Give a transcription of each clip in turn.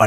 A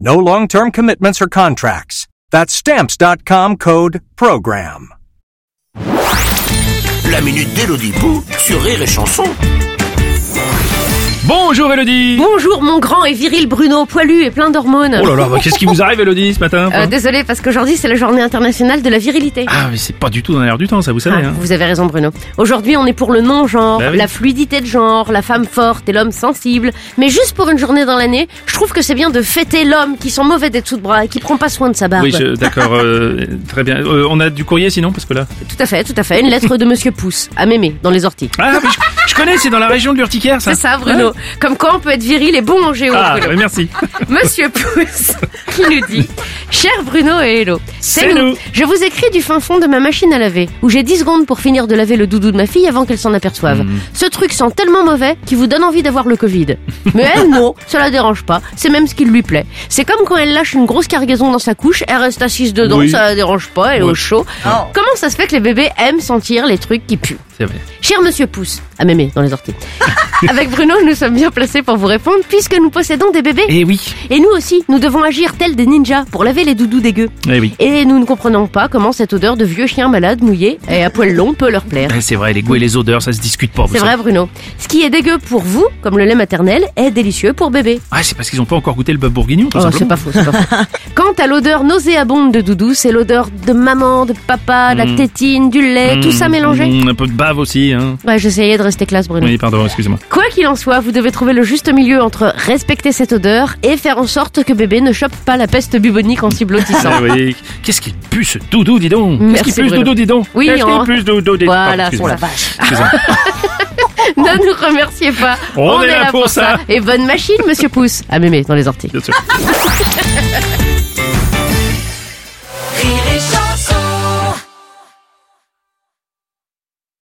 No long term commitments or contracts. That's stamps.com code program. La minute d'Elodie Pou sur Rire et Chanson. Bonjour Elodie Bonjour mon grand et viril Bruno, poilu et plein d'hormones. Oh là là, bah, qu'est-ce qui vous arrive Elodie ce matin Euh, enfin désolé parce qu'aujourd'hui c'est la journée internationale de la virilité. Ah mais c'est pas du tout dans l'air du temps ça, vous savez. Ah, hein. Vous avez raison Bruno. Aujourd'hui on est pour le non-genre, Bah oui. la fluidité de genre, la femme forte et l'homme sensible. Mais juste pour une journée dans l'année, je trouve que c'est bien de fêter l'homme qui sent mauvais des dessous de bras et qui prend pas soin de sa barbe. Oui, je- d'accord, euh, très bien. Euh, on a du courrier sinon parce que là. Tout à fait, tout à fait. Une lettre de Monsieur Pouce à mémé dans les orties. Ah mais je, je connais, c'est dans la région de l'urticaire ça. C'est ça Bruno. Comme quoi on peut être viril et bon en géo. Ah Bruno. oui, merci. Monsieur Pouce qui nous dit Cher Bruno et Hello, C'est nous. Je vous écris du fin fond de ma machine à laver, où j'ai 10 secondes pour finir de laver le doudou de ma fille avant qu'elle s'en aperçoive. Hmm. Ce truc sent tellement mauvais qu'il vous donne envie d'avoir le Covid. Mais elle, non, ça la dérange pas, c'est même ce qui lui plaît. C'est comme quand elle lâche une grosse cargaison dans sa couche, elle reste assise dedans, Oui. ça la dérange pas, elle est Ouais. au chaud. Comment ça se fait que les bébés aiment sentir les trucs qui puent C'est vrai. Cher monsieur Pouce, à mémé dans les orties. Avec Bruno, nous sommes bien placés pour vous répondre puisque nous possédons des bébés. Eh oui, Et nous aussi, nous devons agir tels des ninjas pour laver les doudous dégueux. eh oui. Et nous ne comprenons pas comment cette odeur de vieux chien malade, mouillé et à poil long peut leur plaire. Ah, C'est vrai, les goûts et les odeurs, ça se discute pas. vous C'est savez. vrai Bruno. Ce qui est dégueu pour vous, comme le lait maternel, est délicieux pour bébé. Ah c'est parce qu'ils ont pas encore goûté le bœuf bourguignon tout Oh, c'est simplement. pas faux, c'est pas faux. Quant à l'odeur nauséabonde de doudou, c'est l'odeur de maman, de papa, de la Mm. tétine, du lait, tout ça Mmh, mélangé. mmh, Un peu de bave aussi. Hein. Ouais, j'essayais de rester classe Bruno. Oui, pardon, excusez-moi. Quoi qu'il en soit, vous devez trouver le juste milieu entre respecter cette odeur et faire en sorte que bébé ne chope pas la peste bubonique en s'y blottissant. Ah oui. Qu'est-ce qu'il pue ce doudou, dis donc Qu'est-ce Merci, qu'il pue ce Bruno. doudou, dis donc Oui, Qu'est-ce on- qu'il pue ce doudou, dis donc Pardon, Voilà, excusez-moi. pour la vache. ne nous remerciez pas. On est là pour ça. Ah, Et bonne machine, monsieur Pouce. À mémé dans les orties. Bien sûr.